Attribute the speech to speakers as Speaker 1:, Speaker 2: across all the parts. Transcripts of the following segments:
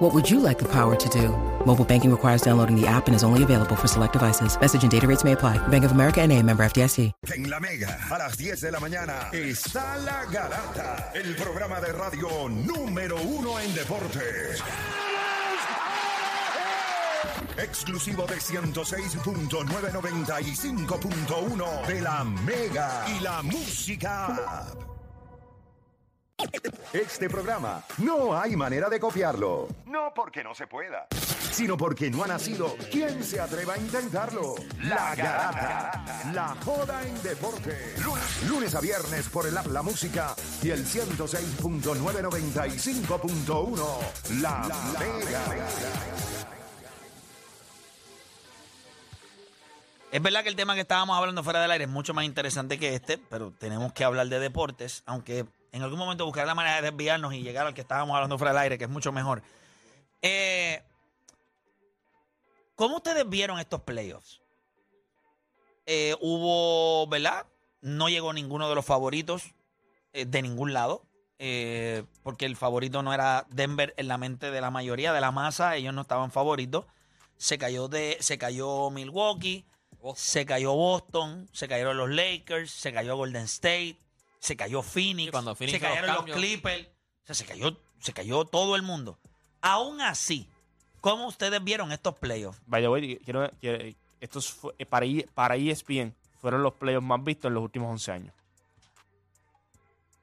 Speaker 1: What would you like the power to do? Mobile banking requires downloading the app and is only available for select devices. Message and data rates may apply. Bank of America and a member FDIC.
Speaker 2: En la Mega, a las 10 de la mañana, está La Garata, el programa de radio número uno en deportes. Exclusivo de 106.995.1 de la Mega y la Música. Este programa no hay manera de copiarlo. No porque no se pueda, sino porque no ha nacido quien se atreva a intentarlo. La Garata. La joda en deporte. Lunes, lunes a viernes por el app La Música y el 106.995.1. La, Mega.
Speaker 3: Es verdad que el tema que estábamos hablando fuera del aire es mucho más interesante que este, pero tenemos que hablar de deportes, aunque en algún momento buscar la manera de desviarnos y llegar al que estábamos hablando fuera del aire, que es mucho mejor. Eh, ¿Cómo ustedes vieron estos playoffs? Eh, hubo, ¿verdad? No llegó ninguno de los favoritos eh, de ningún lado, eh, porque el favorito no era Denver en la mente de la mayoría de la masa, ellos no estaban favoritos. Se cayó, de, se cayó Milwaukee, se cayó Boston, se cayeron los Lakers, se cayó Golden State, se cayó Phoenix,
Speaker 4: Sí, cuando Phoenix
Speaker 3: se
Speaker 4: hizo los
Speaker 3: cayeron los,
Speaker 4: cambios.
Speaker 3: Clippers, o sea, se cayó, se cayó todo el mundo. Aún así, ¿cómo ustedes vieron estos playoffs?
Speaker 5: By the way, quiero, quiero- estos fue- eh, para, E- para ESPN fueron los playoffs más vistos en los últimos 11 años.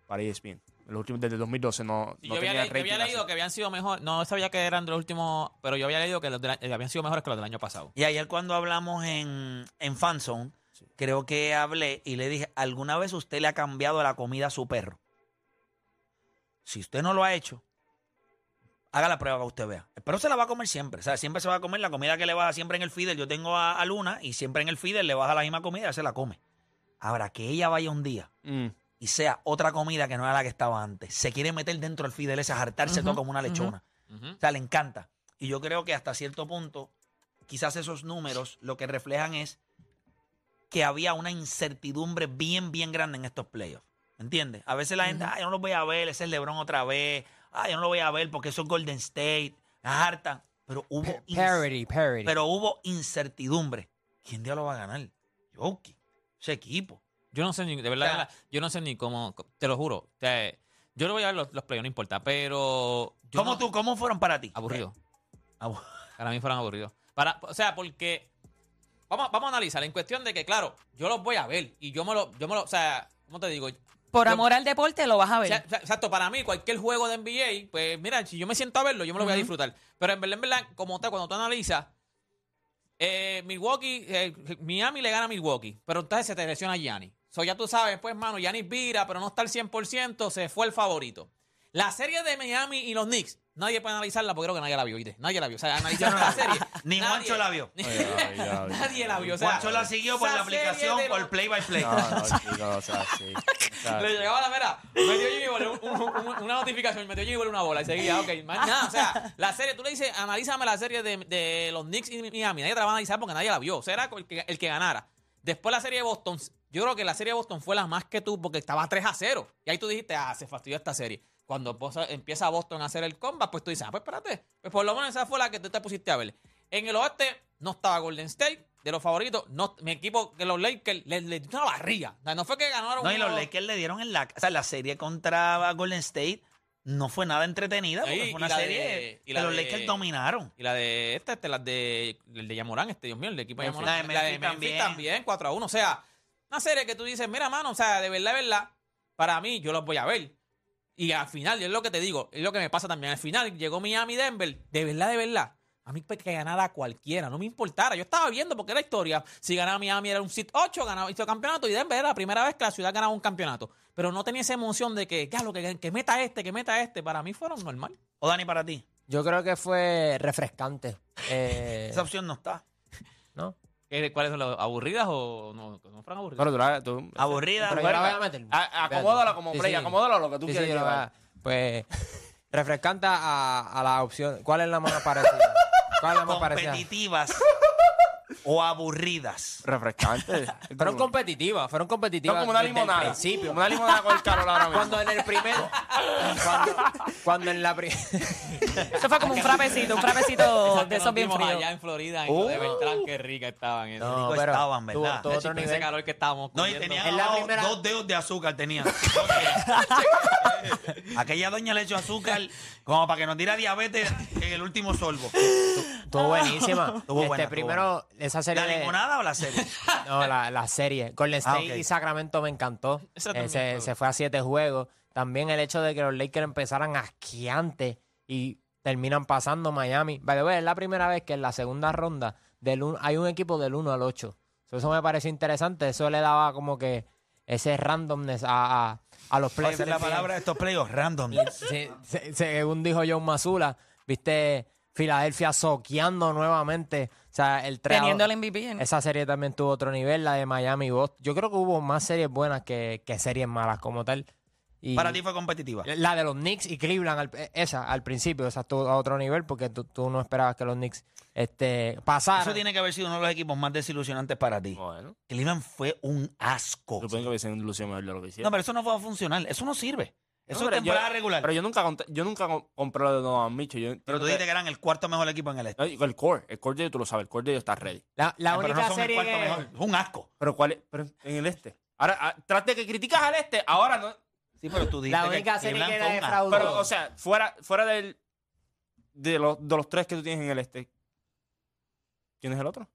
Speaker 5: Para E ESPN. En los últimos, desde 2012 no,
Speaker 4: Sí,
Speaker 5: no
Speaker 4: yo, había, le-
Speaker 5: tenía
Speaker 4: yo había
Speaker 5: rating
Speaker 4: leído
Speaker 5: así.
Speaker 4: que habían sido mejor, no sabía que eran de los últimos, pero yo había leído que los del a- eh, habían sido mejores que los del año pasado.
Speaker 3: Y ayer cuando hablamos en, en Fanzone, creo que hablé y le dije, ¿alguna vez usted le ha cambiado la comida a su perro? Si usted no lo ha hecho, haga la prueba para que usted vea. El perro se la va a comer siempre. O sea, siempre se va a comer la comida que le baja siempre en el feeder. Yo tengo a, a Luna y siempre en el feeder le baja la misma comida y ella se la come. Ahora, que ella vaya un día
Speaker 5: Mm,
Speaker 3: y sea otra comida que no era la que estaba antes. Se quiere meter dentro del feeder ese, a jartarse todo como una lechona. O sea, le encanta. Y yo creo que hasta cierto punto, quizás esos números lo que reflejan es que había una incertidumbre bien, bien grande en estos playoffs. ¿Me entiendes? A veces la gente, ah, yo no lo voy a ver, ese es LeBron otra vez. Ah, yo no lo voy a ver porque eso es Golden State, la harta. Pero hubo, ins-
Speaker 6: Parody, parody.
Speaker 3: pero hubo incertidumbre. ¿Quién día lo va a ganar? Yoki, ese equipo.
Speaker 4: Yo no sé ni, de verdad,
Speaker 3: O sea,
Speaker 4: la- yo no sé ni cómo, te lo juro. te- yo lo voy a ver los, los playoffs, no importa, pero. yo
Speaker 3: ¿Cómo,
Speaker 4: no-
Speaker 3: tú, ¿Cómo fueron para ti? Eh,
Speaker 4: Aburrido.
Speaker 3: Abu-
Speaker 4: Para mí fueron aburridos. Para, o sea, porque. Vamos, vamos a analizar en cuestión de que, claro, yo los voy a ver y yo me lo. Yo me lo o sea, ¿cómo te digo?
Speaker 7: Por
Speaker 4: Yo-
Speaker 7: amor al deporte lo vas a ver.
Speaker 4: O sea, o sea, Exacto, para mí, cualquier juego de NBA, pues mira, si yo me siento a verlo, yo me lo voy a disfrutar. Pero en verdad, en verdad, como tal, cuando tú analizas, eh, Milwaukee, eh, Miami le gana a Milwaukee, pero entonces se te lesiona Gianni. So, ya tú sabes, pues, mano, Giannis vira, pero no está al 100%, se fue el favorito. La serie de Miami y los Knicks, nadie puede analizarla porque creo que nadie la vio, ¿oíste? Nadie la vio. O sea, analizaron la serie.
Speaker 3: Ni
Speaker 4: nadie-
Speaker 3: Juancho la vio.
Speaker 5: Ay, ay, ay.
Speaker 4: nadie la vio. O sea,
Speaker 3: Juancho la siguió por
Speaker 4: esa
Speaker 3: la
Speaker 4: serie
Speaker 3: aplicación,
Speaker 4: de
Speaker 3: por
Speaker 4: los-
Speaker 3: play by play.
Speaker 5: No, no, chicos, o sea, sí. O sea,
Speaker 4: Le llegaba la mera. Metió Jimmy Butler un- un- un- una notificación, metió Jimmy Butler una bola y seguía, ok, más nada. O sea, la serie, tú le dices, analízame la serie de, de los Knicks y Miami. Nadie te la va a analizar porque nadie la vio. O sea, era el que, el que ganara. Después la serie de Boston, yo creo que la serie de Boston fue la más que tú porque estaba 3 a 0. Y ahí tú dijiste, ah, se fastidió esta serie. Cuando posa- empieza Boston a hacer el combat, pues tú dices, ah, pues espérate. Pues por lo menos esa fue la que tú te pusiste a ver. En el oeste no estaba Golden State, de los favoritos. No, mi equipo, que los Lakers, le, le dio una barriga. O sea, no fue que ganaron
Speaker 3: No, y
Speaker 4: uno o
Speaker 3: los
Speaker 4: dos.
Speaker 3: Lakers le dieron en la. O sea, la serie contra Golden State no fue nada entretenida porque
Speaker 4: Sí,
Speaker 3: fue una
Speaker 4: y la
Speaker 3: serie.
Speaker 4: de- y
Speaker 3: que
Speaker 4: la
Speaker 3: los
Speaker 4: de-
Speaker 3: Lakers dominaron.
Speaker 4: Y la de esta, este, la de, el de Yamorán, este, Dios mío, el de equipo de
Speaker 3: Memphis.
Speaker 4: Yamorán.
Speaker 3: La de Memphis también.
Speaker 4: 4 a 1. O sea, una serie que tú dices, mira, mano, o sea, de verdad, de verdad, para mí, yo los voy a ver. Y al final, es lo que te digo, es lo que me pasa también. Al final, llegó Miami Denver, de verdad, de verdad. A mí pues, que ganara cualquiera, no me importara. Yo estaba viendo porque era historia. Si ganaba Miami era un sit 8, ganaba hizo campeonato y Denver era la primera vez que la ciudad ganaba un campeonato. Pero no tenía esa emoción de que, claro, que, que meta este, que meta este. Para mí fueron normal.
Speaker 3: O Dani, para ti.
Speaker 6: Yo creo que fue refrescante. Eh,
Speaker 3: Esa opción no está.
Speaker 6: ¿no?
Speaker 4: ¿Qué- ¿Cuáles son las aburridas o no? No fueron aburridas.
Speaker 5: Bueno, tú la- tú-
Speaker 3: Aburrida.
Speaker 6: Pero
Speaker 5: Bueno,
Speaker 6: yo la voy a
Speaker 5: a-
Speaker 6: meter.
Speaker 5: a- acomódala como play, acomódala lo que tú
Speaker 6: Sí, sí,
Speaker 5: quieras
Speaker 6: yo la voy a-
Speaker 5: llevar.
Speaker 6: Pues, refrescante a, a la opción. ¿Cuál es la más parecida? ¿Cuál es la más parecida?
Speaker 3: competitivas o aburridas.
Speaker 5: Refrescante.
Speaker 6: Fueron competitivas, fueron competitivas.
Speaker 5: No, como una
Speaker 6: desde el
Speaker 5: limonada.
Speaker 6: principio.
Speaker 5: Como una limonada con el calor ahora mismo.
Speaker 6: Cuando en el primer. cuando, cuando en la primera.
Speaker 7: Eso fue como un frapecito, un frapecito de esos bien fríos.
Speaker 4: allá en Florida, en lo de Beltrán, qué rica estaban. eso.
Speaker 3: rico estaban, ¿verdad?
Speaker 6: Tuvo, tuvo otro
Speaker 4: Ese
Speaker 6: nivel.
Speaker 4: calor que estábamos
Speaker 3: No, y
Speaker 4: comiendo.
Speaker 3: tenía
Speaker 6: Es la
Speaker 3: abajo
Speaker 6: primera-
Speaker 3: dos dedos de azúcar tenía. Aquella doña le echó azúcar como para que nos diera diabetes en el último sorbo.
Speaker 6: Estuvo buenísima.
Speaker 3: Estuvo
Speaker 6: este,
Speaker 3: buena, estuvo
Speaker 6: primero, esa serie.
Speaker 3: ¿La
Speaker 6: de-
Speaker 3: limonada o la serie?
Speaker 6: No, la, la serie. Golden
Speaker 3: Ah,
Speaker 6: State
Speaker 3: ok.
Speaker 6: y Sacramento me encantó.
Speaker 4: Esa
Speaker 6: Eh,
Speaker 4: también
Speaker 6: se,
Speaker 4: estuvo.
Speaker 6: se fue a siete juegos. También el hecho de que los Lakers empezaran asqueantes y terminan pasando Miami. By the way, es la primera vez que en la segunda ronda del un- hay un equipo del 1 al 8. Eso me pareció interesante. Eso le daba como que ese randomness a, a- a los
Speaker 3: Esa
Speaker 6: playoffs.
Speaker 3: es la
Speaker 6: del NBA.
Speaker 3: palabra de estos playoffs, random.
Speaker 6: Se- se- según dijo John Masula, viste Filadelfia soqueando nuevamente. O sea, el 3 a-
Speaker 7: Teniendo el MVP. en-
Speaker 6: esa serie también tuvo otro nivel, la de Miami y Boston. Yo creo que hubo más series buenas que, que series malas como tal. Y
Speaker 3: Para ti fue competitiva.
Speaker 6: La de los Knicks y Cleveland, al- eh, esa al principio, esa estuvo a otro nivel porque tú, tú no esperabas que los Knicks este, pasaran.
Speaker 3: Eso tiene que haber sido uno de los equipos más desilusionantes para ti.
Speaker 5: Bueno,
Speaker 3: Cleveland fue un asco.
Speaker 5: supongo que hubiese una ilusión mejor de lo que hicieron.
Speaker 3: No, pero eso no va a funcionar. Eso no sirve. Eso
Speaker 5: No,
Speaker 3: es
Speaker 5: pero yo-
Speaker 3: temporada regular.
Speaker 5: Pero
Speaker 3: Pero,
Speaker 5: yo nunca, cont- yo nunca com- compré lo de Donovan Mitchell. Yo
Speaker 3: tú dijiste que eran el cuarto mejor equipo en el este.
Speaker 5: No, el core, el core de ellos, tú lo sabes, el core de ellos está ready.
Speaker 6: La, la
Speaker 3: Ah, pero
Speaker 6: única
Speaker 3: no son el
Speaker 6: serie
Speaker 3: cuarto
Speaker 6: que-
Speaker 3: mejor. Es un asco.
Speaker 5: Pero cuál es, pero en el este. Ahora, ah, trate que criticas al este, ahora no.
Speaker 3: Sí, pero tú dijiste
Speaker 6: la única serie que
Speaker 3: Cleveland fue
Speaker 6: la
Speaker 3: un asco.
Speaker 6: defraudó.
Speaker 5: Pero, o sea, fuera, fuera del de los, de los tres que tú tienes en el este. ¿Quién es el otro?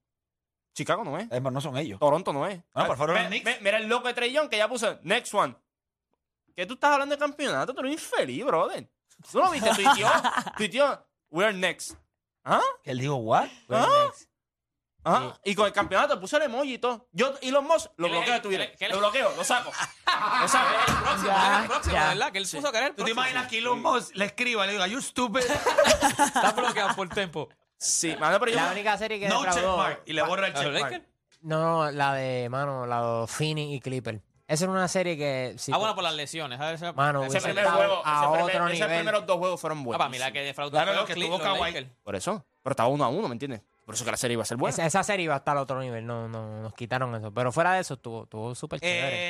Speaker 5: Chicago no es.
Speaker 3: Eh, pero no son ellos.
Speaker 5: Toronto no es.
Speaker 6: Ah,
Speaker 3: No, por favor,
Speaker 5: Ve-
Speaker 3: los Knicks.
Speaker 5: ve- mira el loco de Trey Young que ya puso next one. Que tú estás hablando de campeonato, tú eres infeliz, brother. Tú no viste tuiteó, tuiteó, we are next. ¿Ah?
Speaker 3: Él dijo, ¿what?
Speaker 6: Los
Speaker 5: ¿Ah?
Speaker 6: Knicks.
Speaker 5: ¿Ah? Y con el campeonato puso el emoji y todo. Yo, Elon Musk, lo
Speaker 4: ¿Qué le-
Speaker 5: bloqueo de
Speaker 4: qué le-
Speaker 5: Twitter.
Speaker 4: qué le-
Speaker 5: Lo bloqueo, lo saco. Lo saco.
Speaker 4: Próximo,
Speaker 7: Ya,
Speaker 4: el próximo,
Speaker 7: ya.
Speaker 4: ¿verdad? Que él puso que era el
Speaker 3: ¿Tú te
Speaker 4: próximo.
Speaker 3: imaginas que Elon Musk le escriba, le diga, you stupid,
Speaker 4: Está bloqueado por tiempo.
Speaker 5: Sí, mano, pero yo.
Speaker 6: La única serie que Ah,
Speaker 3: no
Speaker 6: defraudó.
Speaker 3: checkmark? Y le borra el
Speaker 4: ¿A los
Speaker 3: checkmark.
Speaker 4: Lakers?
Speaker 6: No, no, la de, mano, la de Finney y Clipper. Esa era una serie que. si-
Speaker 4: Ah,
Speaker 3: pues,
Speaker 4: bueno, por las lesiones. ¿sabes? Esa-
Speaker 6: Mano,
Speaker 4: esa-
Speaker 5: Ese
Speaker 6: hubiese
Speaker 5: primer
Speaker 6: estado
Speaker 5: juego,
Speaker 6: a
Speaker 5: ese
Speaker 6: otro
Speaker 5: primer, esos
Speaker 6: nivel.
Speaker 5: primeros dos juegos fueron
Speaker 4: Ah,
Speaker 5: buenos.
Speaker 4: para mí la que defraudó
Speaker 3: Claro,
Speaker 4: fue
Speaker 3: los que
Speaker 4: Cle-
Speaker 3: tuvo Kawhi.
Speaker 4: Lakers.
Speaker 5: Por eso. Pero estaba uno a uno, ¿me entiendes? Por eso que la serie iba a ser buena.
Speaker 6: Esa, esa serie iba a estar a otro nivel, no, no, nos quitaron eso. Pero fuera de eso, estuvo, estuvo súper chévere.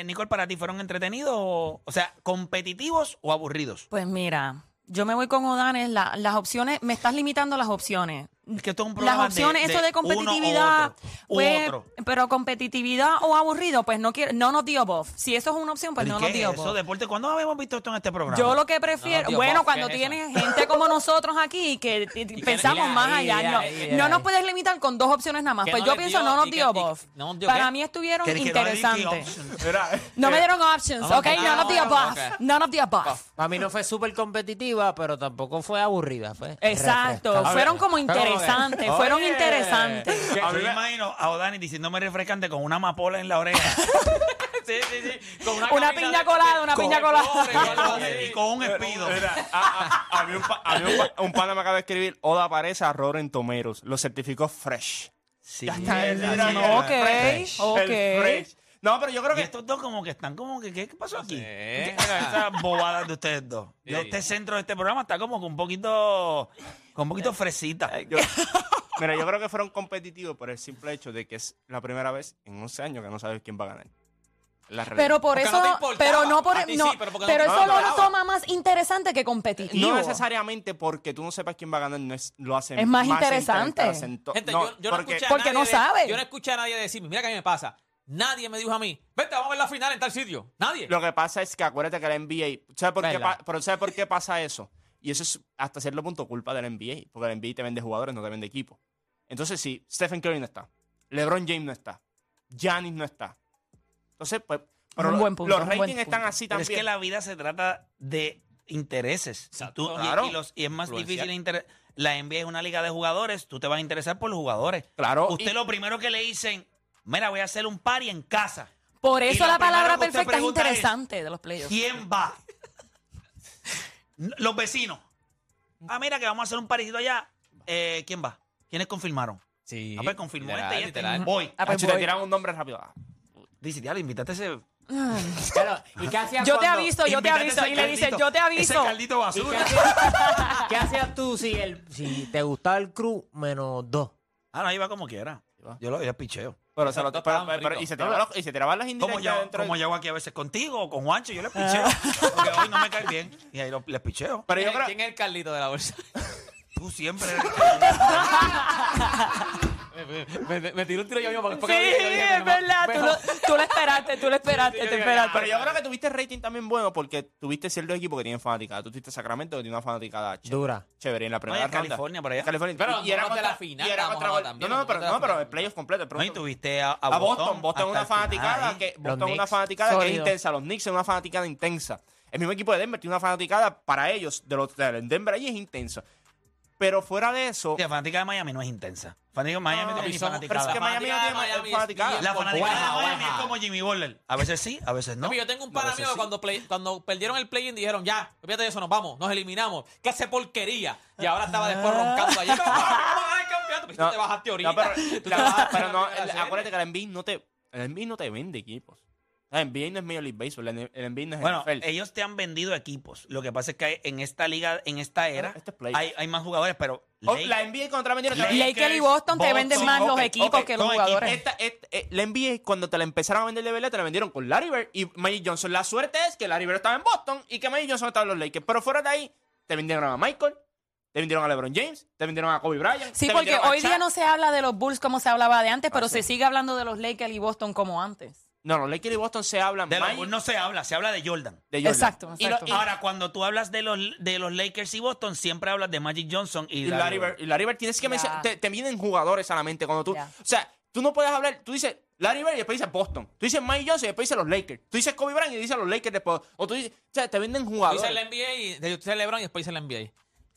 Speaker 3: Eh, Nicole, ¿para ti fueron entretenidos, o o sea, competitivos o aburridos?
Speaker 7: Pues mira, yo me voy con Odanes. la- las opciones, me estás limitando las opciones.
Speaker 3: Es que esto es un
Speaker 7: Las
Speaker 3: programa
Speaker 7: opciones, eso
Speaker 3: uno
Speaker 7: de
Speaker 3: o
Speaker 7: competitividad,
Speaker 3: otro, u
Speaker 7: pues,
Speaker 3: otro.
Speaker 7: pero competitividad o aburrido, pues no quiero, no nos dio bof. Si eso es una opción, pues
Speaker 3: ¿Pero
Speaker 7: no
Speaker 3: y qué
Speaker 7: nos
Speaker 3: es
Speaker 7: dio
Speaker 3: eso,
Speaker 7: bof.
Speaker 3: deporte? ¿Cuándo habíamos visto esto en este programa?
Speaker 7: Yo lo que prefiero,
Speaker 4: No, tío,
Speaker 7: bueno,
Speaker 4: bof,
Speaker 7: cuando
Speaker 4: ¿qué es eso?
Speaker 7: tienes gente como nosotros aquí que t- t- pensamos
Speaker 6: dile
Speaker 7: más
Speaker 6: ahí,
Speaker 7: allá,
Speaker 6: dile
Speaker 7: no,
Speaker 6: ahí, dile
Speaker 7: no nos
Speaker 6: ahí.
Speaker 7: puedes limitar con dos opciones nada más.
Speaker 4: Que
Speaker 7: Pues
Speaker 4: no
Speaker 7: yo
Speaker 4: les
Speaker 7: pienso
Speaker 4: dio
Speaker 7: no
Speaker 4: y
Speaker 7: nos
Speaker 4: que-
Speaker 7: dio
Speaker 4: y que-
Speaker 7: bof.
Speaker 4: no nos dio
Speaker 7: Para
Speaker 4: qué.
Speaker 7: mí estuvieron
Speaker 3: Que- que no le di
Speaker 7: interesantes.
Speaker 3: key option.
Speaker 5: Mira,
Speaker 7: No me dieron options,
Speaker 4: Vamos,
Speaker 7: ¿ok? None of the
Speaker 4: vamos,
Speaker 7: above.
Speaker 4: ok.
Speaker 7: None of the above.
Speaker 6: Para mí no fue súper competitiva, pero tampoco fue aburrida. Fue
Speaker 7: Exacto.
Speaker 6: refrescante.
Speaker 7: Fueron como interesantes. Fueron
Speaker 5: Oye.
Speaker 7: interesantes.
Speaker 3: Yo me imagino a Odani diciéndome refrescante con una amapola en la oreja
Speaker 4: Sí, sí, sí. Con una,
Speaker 7: Una
Speaker 4: camisa
Speaker 7: piña
Speaker 4: de-
Speaker 7: colada, una
Speaker 4: con
Speaker 7: piña
Speaker 4: el
Speaker 7: colada.
Speaker 4: cobre, o algo así.
Speaker 3: y con un espido.
Speaker 5: mira, a, a- a mí un, pa- a mí un, pa- un pana me acaba de escribir Oda aparece a Rotten Tomatoes. Lo certificó fresh.
Speaker 3: Sí,
Speaker 5: está, él
Speaker 3: así
Speaker 5: era,
Speaker 3: es.
Speaker 5: no,
Speaker 7: Ok,
Speaker 5: El
Speaker 7: ok.
Speaker 5: fresh. No, pero yo creo
Speaker 3: Y este-
Speaker 5: que
Speaker 3: estos dos como que están como que, ¿qué pasó aquí?
Speaker 4: sé.
Speaker 3: Esas bobadas de ustedes dos. Yo,
Speaker 4: Sí.
Speaker 3: este centro de este programa está como que un poquito, con un poquito fresita.
Speaker 5: Yo- mira, yo creo que fueron competitivos por el simple hecho de que es la primera vez en 11 años que no sabes quién va a ganar. La realidad.
Speaker 7: Pero por
Speaker 4: Porque
Speaker 7: eso,
Speaker 4: no te importaba.
Speaker 7: pero no por,
Speaker 4: A ti
Speaker 7: no,
Speaker 4: sí, pero porque
Speaker 7: pero
Speaker 4: no-
Speaker 7: eso
Speaker 5: no,
Speaker 7: lo
Speaker 5: brava.
Speaker 7: toma más interesante que competitivo.
Speaker 5: no necesariamente porque tú no sepas quién va a ganar no es- lo hacen
Speaker 7: Es más interesante.
Speaker 5: interesante.
Speaker 4: Gente,
Speaker 5: No,
Speaker 4: yo, yo no
Speaker 5: porque-
Speaker 4: escuché a
Speaker 7: Porque
Speaker 4: nadie
Speaker 7: no
Speaker 4: de-
Speaker 7: sabe.
Speaker 4: Yo no escuché a nadie decirme, mira que a mí me pasa. Nadie me dijo a mí, vete, vamos a ver la final en tal sitio. Nadie.
Speaker 5: Lo que pasa es que acuérdate que la NBA. ¿Sabes por, qué,
Speaker 6: Verdad.
Speaker 5: pa- pero ¿sabes por qué pasa eso? Y eso es hasta cierto punto culpa de la NBA. Porque la NBA te vende jugadores, no te vende equipo. Entonces, si Stephen Curry no está, LeBron James no está, Giannis no está. Entonces, pues. Pero
Speaker 7: Un
Speaker 5: lo-
Speaker 7: buen punto,
Speaker 5: los
Speaker 7: un buen
Speaker 5: ratings están
Speaker 7: punto.
Speaker 5: así
Speaker 3: Pero es
Speaker 5: también.
Speaker 3: que la vida se trata de intereses. Y
Speaker 4: Exacto.
Speaker 3: tú- y-
Speaker 5: Claro.
Speaker 3: y, los- y es más
Speaker 4: Influenciar.
Speaker 3: difícil. inter- La NBA es una liga de jugadores, tú te vas a interesar por los jugadores.
Speaker 5: Claro.
Speaker 3: Usted
Speaker 5: y-
Speaker 3: lo primero que le dicen, mira, voy a hacer un party en casa.
Speaker 7: Por
Speaker 3: Y
Speaker 7: eso
Speaker 3: lo
Speaker 7: la palabra
Speaker 3: primero que usted
Speaker 7: perfecta es
Speaker 3: pregunta es,
Speaker 7: interesante de los playoffs.
Speaker 3: ¿Quién va? N- Los vecinos. Ah, mira, que vamos a hacer un parisito allá. Eh, ¿Quién va? ¿Quiénes confirmaron?
Speaker 4: Sí.
Speaker 3: Ah, pues confirmó
Speaker 4: Literal,
Speaker 3: este y este.
Speaker 4: literal.
Speaker 3: Voy.
Speaker 7: Ah, pues
Speaker 5: Hacho, te
Speaker 7: voy.
Speaker 5: tiran un nombre rápido. Ah,
Speaker 3: Dice, diablo, invítate a ese.
Speaker 6: Claro, ¿y qué hacías
Speaker 7: Yo te
Speaker 6: cuando-
Speaker 7: aviso, yo te
Speaker 3: invítate a
Speaker 7: aviso.
Speaker 3: ese
Speaker 7: Y le dice,
Speaker 3: Caldito.
Speaker 7: yo te
Speaker 3: Ese
Speaker 7: aviso.
Speaker 3: caldito
Speaker 6: ¿Y qué,
Speaker 3: basura.
Speaker 6: hacías, qué hacías tú si, el, si te gustaba el crew menos dos?
Speaker 3: Ah, no, iba como quiera. Yo lo yo picheo.
Speaker 5: Pero se lo
Speaker 4: Esto
Speaker 5: pero,
Speaker 4: está
Speaker 5: pero- pero- y, se
Speaker 4: rico.
Speaker 5: tiraban los- y se tiraban las indirectas
Speaker 3: Como yo,
Speaker 5: dentro del-
Speaker 3: como yo hago aquí a veces contigo o con Juancho, yo les picheo. Porque hoy no me cae bien. Y ahí lo- les picheo.
Speaker 5: Pero yo
Speaker 4: ¿Quién,
Speaker 5: creo...
Speaker 4: quién es el Carlito de la bolsa?
Speaker 3: Tú siempre eres-
Speaker 4: me, me- me tiró un tiro yo mismo.
Speaker 7: Sí, es verdad. Tú lo, tú lo esperaste, tú lo esperaste,
Speaker 4: Sí,
Speaker 7: tú
Speaker 4: sí,
Speaker 5: Ah, Pero
Speaker 7: esperaste.
Speaker 5: yo creo que tuviste rating también bueno porque tuviste cierto equipo que tienen fanaticada. Tú tuviste Sacramento que tiene una fanaticada ch-
Speaker 6: Dura.
Speaker 5: chévere en la primera
Speaker 3: No, y en
Speaker 5: ronda.
Speaker 3: California, por allá.
Speaker 5: En California.
Speaker 4: Pero
Speaker 5: y era
Speaker 4: no, no, de
Speaker 5: contra
Speaker 4: la final
Speaker 5: y era
Speaker 4: estamos
Speaker 5: contra
Speaker 4: hablando
Speaker 5: Gol-
Speaker 4: también,
Speaker 5: No, no,
Speaker 4: no,
Speaker 5: pero
Speaker 4: de la
Speaker 5: no, pero
Speaker 4: final.
Speaker 5: el playoff completo.
Speaker 3: No, y tuviste a, a Ah,
Speaker 5: a Boston, Boston
Speaker 3: hasta
Speaker 5: es una
Speaker 3: el final.
Speaker 5: fanaticada que
Speaker 6: Los
Speaker 5: Boston es una
Speaker 6: Knicks,
Speaker 5: fanaticada que es
Speaker 6: sólido.
Speaker 5: intensa, los Knicks es una fanaticada intensa. El mismo equipo de Denver tiene una fanaticada para ellos de los de Denver allí es intensa. Pero fuera de eso,
Speaker 3: La fanática de Miami no es intensa. Fanática de Miami no,
Speaker 5: No,
Speaker 3: tiene ni
Speaker 5: y somos-
Speaker 3: fanaticada.
Speaker 5: pero es que Miami no tiene fanaticada.
Speaker 3: La fanática de
Speaker 4: Guau,
Speaker 3: Miami es
Speaker 4: guau.
Speaker 3: como Jimmy Butler. A veces sí, a veces no.
Speaker 4: Papi, Yo tengo un
Speaker 3: A
Speaker 4: par
Speaker 3: veces
Speaker 4: amigo que
Speaker 3: sí.
Speaker 4: cuando, play- cuando perdieron el play-in dijeron, ya, fíjate de eso, nos vamos, nos eliminamos. ¿Qué hace porquería? Y ahora estaba después roncando allá. "Vamos, vamos a ganar el campeonato". Pero tú te bajaste ahorita.
Speaker 5: no, pero,
Speaker 4: Tú
Speaker 5: la-
Speaker 4: te bajaste
Speaker 5: pero
Speaker 4: en la
Speaker 5: no,
Speaker 4: primera
Speaker 5: el-
Speaker 4: serie.
Speaker 5: acuérdate que el NBA no te el NBA no te vende equipos. El NBA no es Major League Baseball, el el NBA no es
Speaker 3: Bueno,
Speaker 5: NFL.
Speaker 3: ellos te han vendido equipos. Lo que pasa es que en esta liga, en esta era,
Speaker 5: Este es playoffs.
Speaker 3: hay, hay más jugadores, pero
Speaker 5: Oh,
Speaker 3: Lakers-
Speaker 5: la NBA contra Major
Speaker 3: Lakers,
Speaker 7: Lakers y Boston te venden más los
Speaker 5: ok,
Speaker 7: equipos
Speaker 5: ok,
Speaker 7: que los
Speaker 3: son
Speaker 7: jugadores.
Speaker 5: Esta- et- eh, la NBA, cuando te la empezaron a vender de verdad, te la vendieron con Larry Bird y Magic Johnson. La suerte es que Larry Bird estaba en Boston y que Magic Johnson estaba en los Lakers. Pero fuera de ahí, te vendieron a Michael, te vendieron a LeBron James, te vendieron a Kobe Bryant.
Speaker 7: Sí,
Speaker 5: te
Speaker 7: porque
Speaker 5: vendieron a
Speaker 7: hoy
Speaker 5: Shaq.
Speaker 7: día no se habla de los Bulls como se hablaba de antes, pero
Speaker 5: Ah, sí.
Speaker 7: se sigue hablando de los Lakers y Boston como antes.
Speaker 5: No, los Lakers y Boston se hablan
Speaker 3: de los
Speaker 5: Magic,
Speaker 3: Bulls no se habla, se habla de Jordan.
Speaker 5: de Jordan.
Speaker 7: Exacto,
Speaker 5: Y lo-
Speaker 7: exacto.
Speaker 5: y-
Speaker 3: Ahora, cuando tú hablas de los, de los Lakers y Boston, siempre hablas de Magic Johnson y,
Speaker 5: y Larry Bird. Y Larry Bird tienes que
Speaker 7: Ya.
Speaker 5: mencionar. Te, te vienen jugadores a la mente cuando tú.
Speaker 7: Ya.
Speaker 5: O sea, tú no puedes hablar. Tú dices Larry Bird y después dices Boston. Tú dices Mike Johnson y después dices los Lakers. Tú dices Kobe Bryant y dices los Lakers después. O tú dices. O sea, te venden
Speaker 4: Tú
Speaker 5: jugadores.
Speaker 4: dices el NBA y tú dices LeBron y después dices el NBA.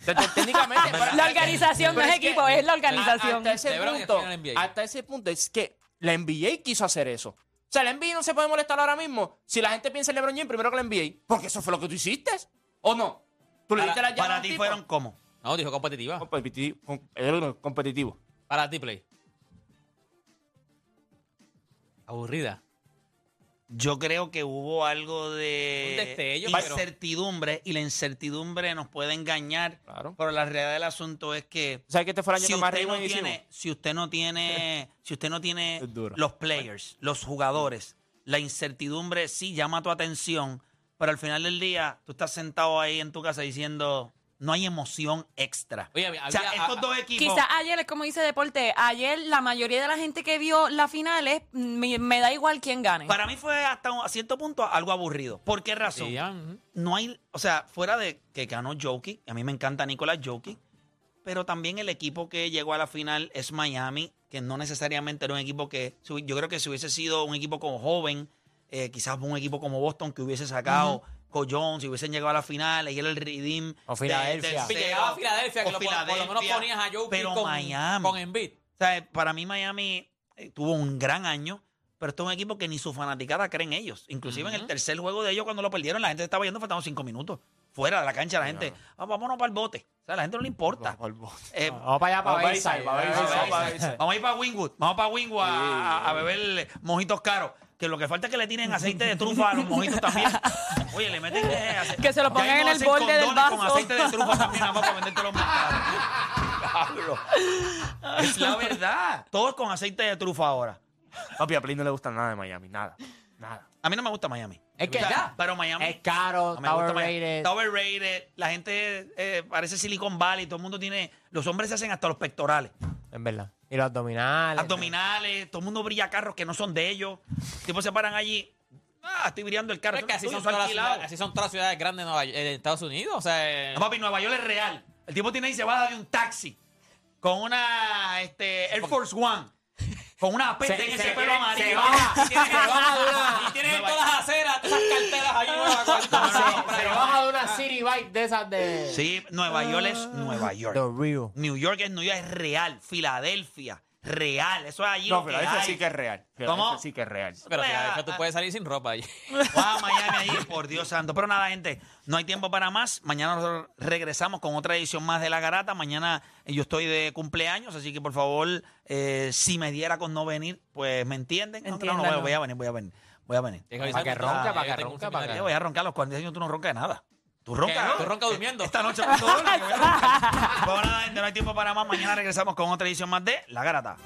Speaker 5: O sea, te- Técnicamente. pero-
Speaker 7: La organización no
Speaker 5: Pero
Speaker 7: es
Speaker 5: es que-
Speaker 7: equipo, es la
Speaker 5: A-
Speaker 7: organización.
Speaker 5: Hasta ese,
Speaker 4: LeBron
Speaker 5: punto,
Speaker 4: define la NBA.
Speaker 5: hasta ese punto es que la NBA quiso hacer eso. O sea, la NBA no se puede molestar ahora mismo si la gente piensa en LeBron James primero que la NBA. Porque eso fue lo que tú hiciste. ¿O no? Tú le
Speaker 4: Para-
Speaker 5: diste la llave a
Speaker 3: Para
Speaker 5: un
Speaker 3: ti
Speaker 5: tipo.
Speaker 3: fueron como.
Speaker 4: No, dijo competitiva.
Speaker 5: Competitivo. com- eh, competitivo.
Speaker 4: Para ti, Play. Aburrida.
Speaker 3: Yo creo que hubo algo
Speaker 4: Un
Speaker 3: de
Speaker 4: destello, pero-
Speaker 3: incertidumbre y la incertidumbre nos puede engañar.
Speaker 5: Claro.
Speaker 3: Pero la realidad del asunto es que
Speaker 5: ¿Sabes que este fue el año
Speaker 3: si
Speaker 5: que más
Speaker 3: usted, no
Speaker 5: rewind hicimos?
Speaker 3: tiene, si usted no tiene, si usted no tiene
Speaker 5: Es duro.
Speaker 3: los players, los jugadores, la incertidumbre sí llama tu atención, pero al final del día tú estás sentado ahí en tu casa diciendo no hay emoción extra.
Speaker 4: Oye, había-
Speaker 3: o sea,
Speaker 4: había-
Speaker 3: estos dos equipos.
Speaker 7: Quizás ayer, es como dice Deporte, ayer la mayoría de la gente que vio la final es, "Mm, me, me da igual quién gane.
Speaker 3: Para mí fue hasta un- a cierto punto algo aburrido. ¿Por qué razón?
Speaker 4: Sí, ya, ujú.
Speaker 3: no hay, o sea, fuera de que ganó Jokic, a mí me encanta Nicolás Jokic, pero también el equipo que llegó a la final es Miami, que no necesariamente era un equipo que, si hubi- yo creo que si hubiese sido un equipo como joven, eh, quizás un equipo como Boston que hubiese sacado Cole Jones, si hubiesen llegado a la final, ahí era el redeem.
Speaker 6: O
Speaker 3: de-
Speaker 6: Filadelfia.
Speaker 3: del
Speaker 4: Si
Speaker 3: cero,
Speaker 4: llegaba a Filadelfia, que
Speaker 3: o
Speaker 4: lo, por, por lo menos
Speaker 3: Filadelfia,
Speaker 4: ponías a Joe
Speaker 3: pero
Speaker 4: con,
Speaker 3: Miami.
Speaker 4: con Embiid.
Speaker 3: O sea, eh, para mí Miami eh, tuvo un gran año, pero esto es un equipo que ni su fanaticada creen ellos. Inclusive en el
Speaker 4: Ujú.
Speaker 3: tercer juego de ellos, cuando lo perdieron, la gente estaba yendo faltando cinco minutos. Fuera de la cancha, la gente, "Ah, vámonos para el bote. O sea, a la gente no le importa. Eh,
Speaker 6: Vamos para allá, para
Speaker 5: Vamos para Bayside,
Speaker 6: Bayside. vamos para
Speaker 5: vamos para
Speaker 6: Bayside.
Speaker 5: Bayside.
Speaker 3: Vamos a ir para Wingwood, vamos para Wingwood a, a- a beber mojitos caros. Que lo que falta es que le tiren aceite de trufa a los mojitos también. Oye, le meten eh, ace-
Speaker 7: Que se lo
Speaker 3: Ya
Speaker 7: pongan
Speaker 3: mismo
Speaker 7: en el
Speaker 3: hacen
Speaker 7: borde del
Speaker 3: condones Con
Speaker 7: vaso.
Speaker 3: aceite de trufa también, nada más para venderte los mercados. Diablo. Es la verdad. Todos con aceite de trufa ahora.
Speaker 5: Papi, a Play no le gusta nada de Miami, nada. Nada.
Speaker 3: A mí no me gusta Miami.
Speaker 6: Es que
Speaker 3: O sea,
Speaker 6: ya.
Speaker 3: Pero Miami.
Speaker 6: Es caro,
Speaker 3: no me
Speaker 6: está
Speaker 3: gusta Miami.
Speaker 6: overrated.
Speaker 3: Está overrated. La gente eh, parece Silicon Valley. Todo el mundo tiene. Los hombres se hacen hasta los pectorales.
Speaker 6: En verdad. Y los abdominales.
Speaker 3: Abdominales. Todo el mundo brilla carros que no son de ellos. Tipo se paran allí. Ah, estoy brillando el carro.
Speaker 4: Pero es que así
Speaker 3: Eso no es
Speaker 4: son,
Speaker 3: tuyo,
Speaker 4: todas
Speaker 3: eso es
Speaker 4: las
Speaker 3: alquilado.
Speaker 4: ciudades, así son todas las ciudades grandes de Nueva- eh, de Estados Unidos. O sea, eh,
Speaker 3: No, papi, Nueva York es real. El tipo tiene ahí se va a dar de un taxi con una este, Air Force One. Con una peste en ese pelo amarillo.
Speaker 4: y tienes, y tienes en
Speaker 3: Nueva
Speaker 4: todas las aceras, todas esas carteras ahí nuevas. con el
Speaker 3: No, no,
Speaker 4: con el-
Speaker 3: pero-
Speaker 6: Pero baja de una city bike de esas de...
Speaker 3: Sí, Nueva York es Nueva
Speaker 6: The
Speaker 3: York.
Speaker 6: Rio.
Speaker 3: New York es New York, es real. Filadelfia, real. Eso es allí.
Speaker 5: No,
Speaker 3: lo que
Speaker 5: Filadelfia
Speaker 3: hay.
Speaker 5: sí que es real.
Speaker 3: ¿Cómo?
Speaker 5: Filadelfia sí que es real.
Speaker 4: Pero
Speaker 3: Vea,
Speaker 4: Filadelfia, tú
Speaker 3: ah.
Speaker 4: puedes salir sin ropa allí.
Speaker 3: Wow, Miami ahí, por Dios santo. Pero nada, gente, no hay tiempo para más. Mañana nosotros regresamos con otra edición más de La Garata. Mañana eh, yo estoy de cumpleaños, así que por favor, eh, si me diera con no venir, pues me entienden. No, No, no, voy, a-
Speaker 7: Entiéndanlo.
Speaker 3: voy a venir, voy a venir. Voy a venir.
Speaker 6: Para que ronca, para que ronca, para
Speaker 3: Eh,
Speaker 6: que
Speaker 3: voy a roncar a los 40 años, tú no roncas de nada. Tú roncas.
Speaker 4: ¿Qué?
Speaker 3: ¿no? Eh,
Speaker 4: Tú roncas durmiendo.
Speaker 3: Esta noche cuando duermes, que voy a roncar. Pues nada, gente, no hay tiempo para más. Mañana regresamos con otra edición más de La Garata.